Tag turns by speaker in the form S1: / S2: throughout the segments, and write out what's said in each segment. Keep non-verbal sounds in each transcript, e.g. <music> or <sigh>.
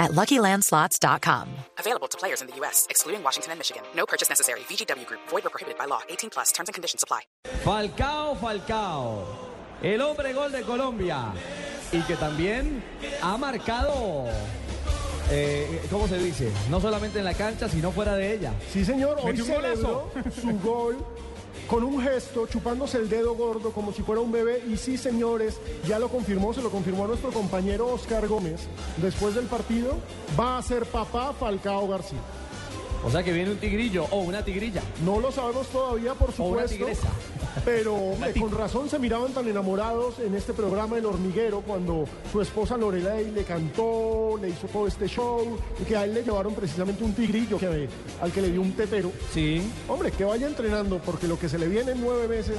S1: at luckylandslots.com.
S2: Available to players in the U.S., excluding Washington and Michigan. No purchase necessary. VGW Group, void or prohibited by law. 18 plus terms and conditions apply.
S3: Falcao, Falcao, el hombre gol de Colombia y que también ha marcado, eh, ¿cómo se dice? No solamente en la cancha, sino fuera de ella.
S4: Sí, señor, hoy celebró su gol con un gesto, chupándose el dedo gordo como si fuera un bebé. Y sí, señores, ya lo confirmó, se lo confirmó nuestro compañero Oscar Gómez. Después del partido, va a ser papá Falcao García.
S3: O sea que viene un tigrillo o una tigrilla.
S4: No lo sabemos todavía, por
S3: O una
S4: supuesto.
S3: tigresa.
S4: Pero hombre, con razón se miraban tan enamorados en este programa El Hormiguero cuando su esposa Lorelei le cantó, le hizo todo este show y que a él le llevaron precisamente un tigrillo que, eh, al que le dio un tetero.
S3: Sí.
S4: Hombre, que vaya entrenando porque lo que se le viene en nueve meses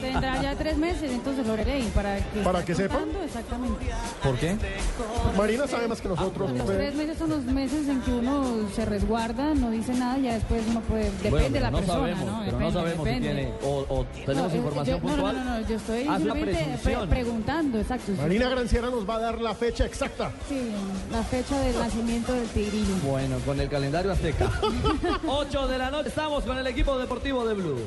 S5: Tendrá ya tres meses, entonces Lorelei, para que,
S4: Para
S5: esté
S4: que sepa.
S5: contando Exactamente.
S3: ¿Por qué?
S4: Marina sabe más que nosotros.
S5: Los
S4: pero-
S5: tres meses son los meses en que uno se resguarda, no dice nada, ya después uno puede. Depende de la
S3: no
S5: persona,
S3: sabemos,
S5: ¿no?
S3: pero no
S5: Depende,
S3: sabemos
S5: depende.
S3: si tiene o, o
S5: No,
S3: tenemos
S5: es-
S3: información
S5: yo- no,
S3: puntual.
S5: No, no, no, yo estoy
S3: Haz una
S5: simplemente pre-
S3: presunción.
S5: preguntando, exacto.
S4: Marina Granciera nos va a dar la fecha exacta.
S5: Sí, la fecha del nacimiento del tigrillo. <laughs>
S3: Bueno, con el calendario azteca. 8 de la noche estamos con el equipo deportivo de Blue.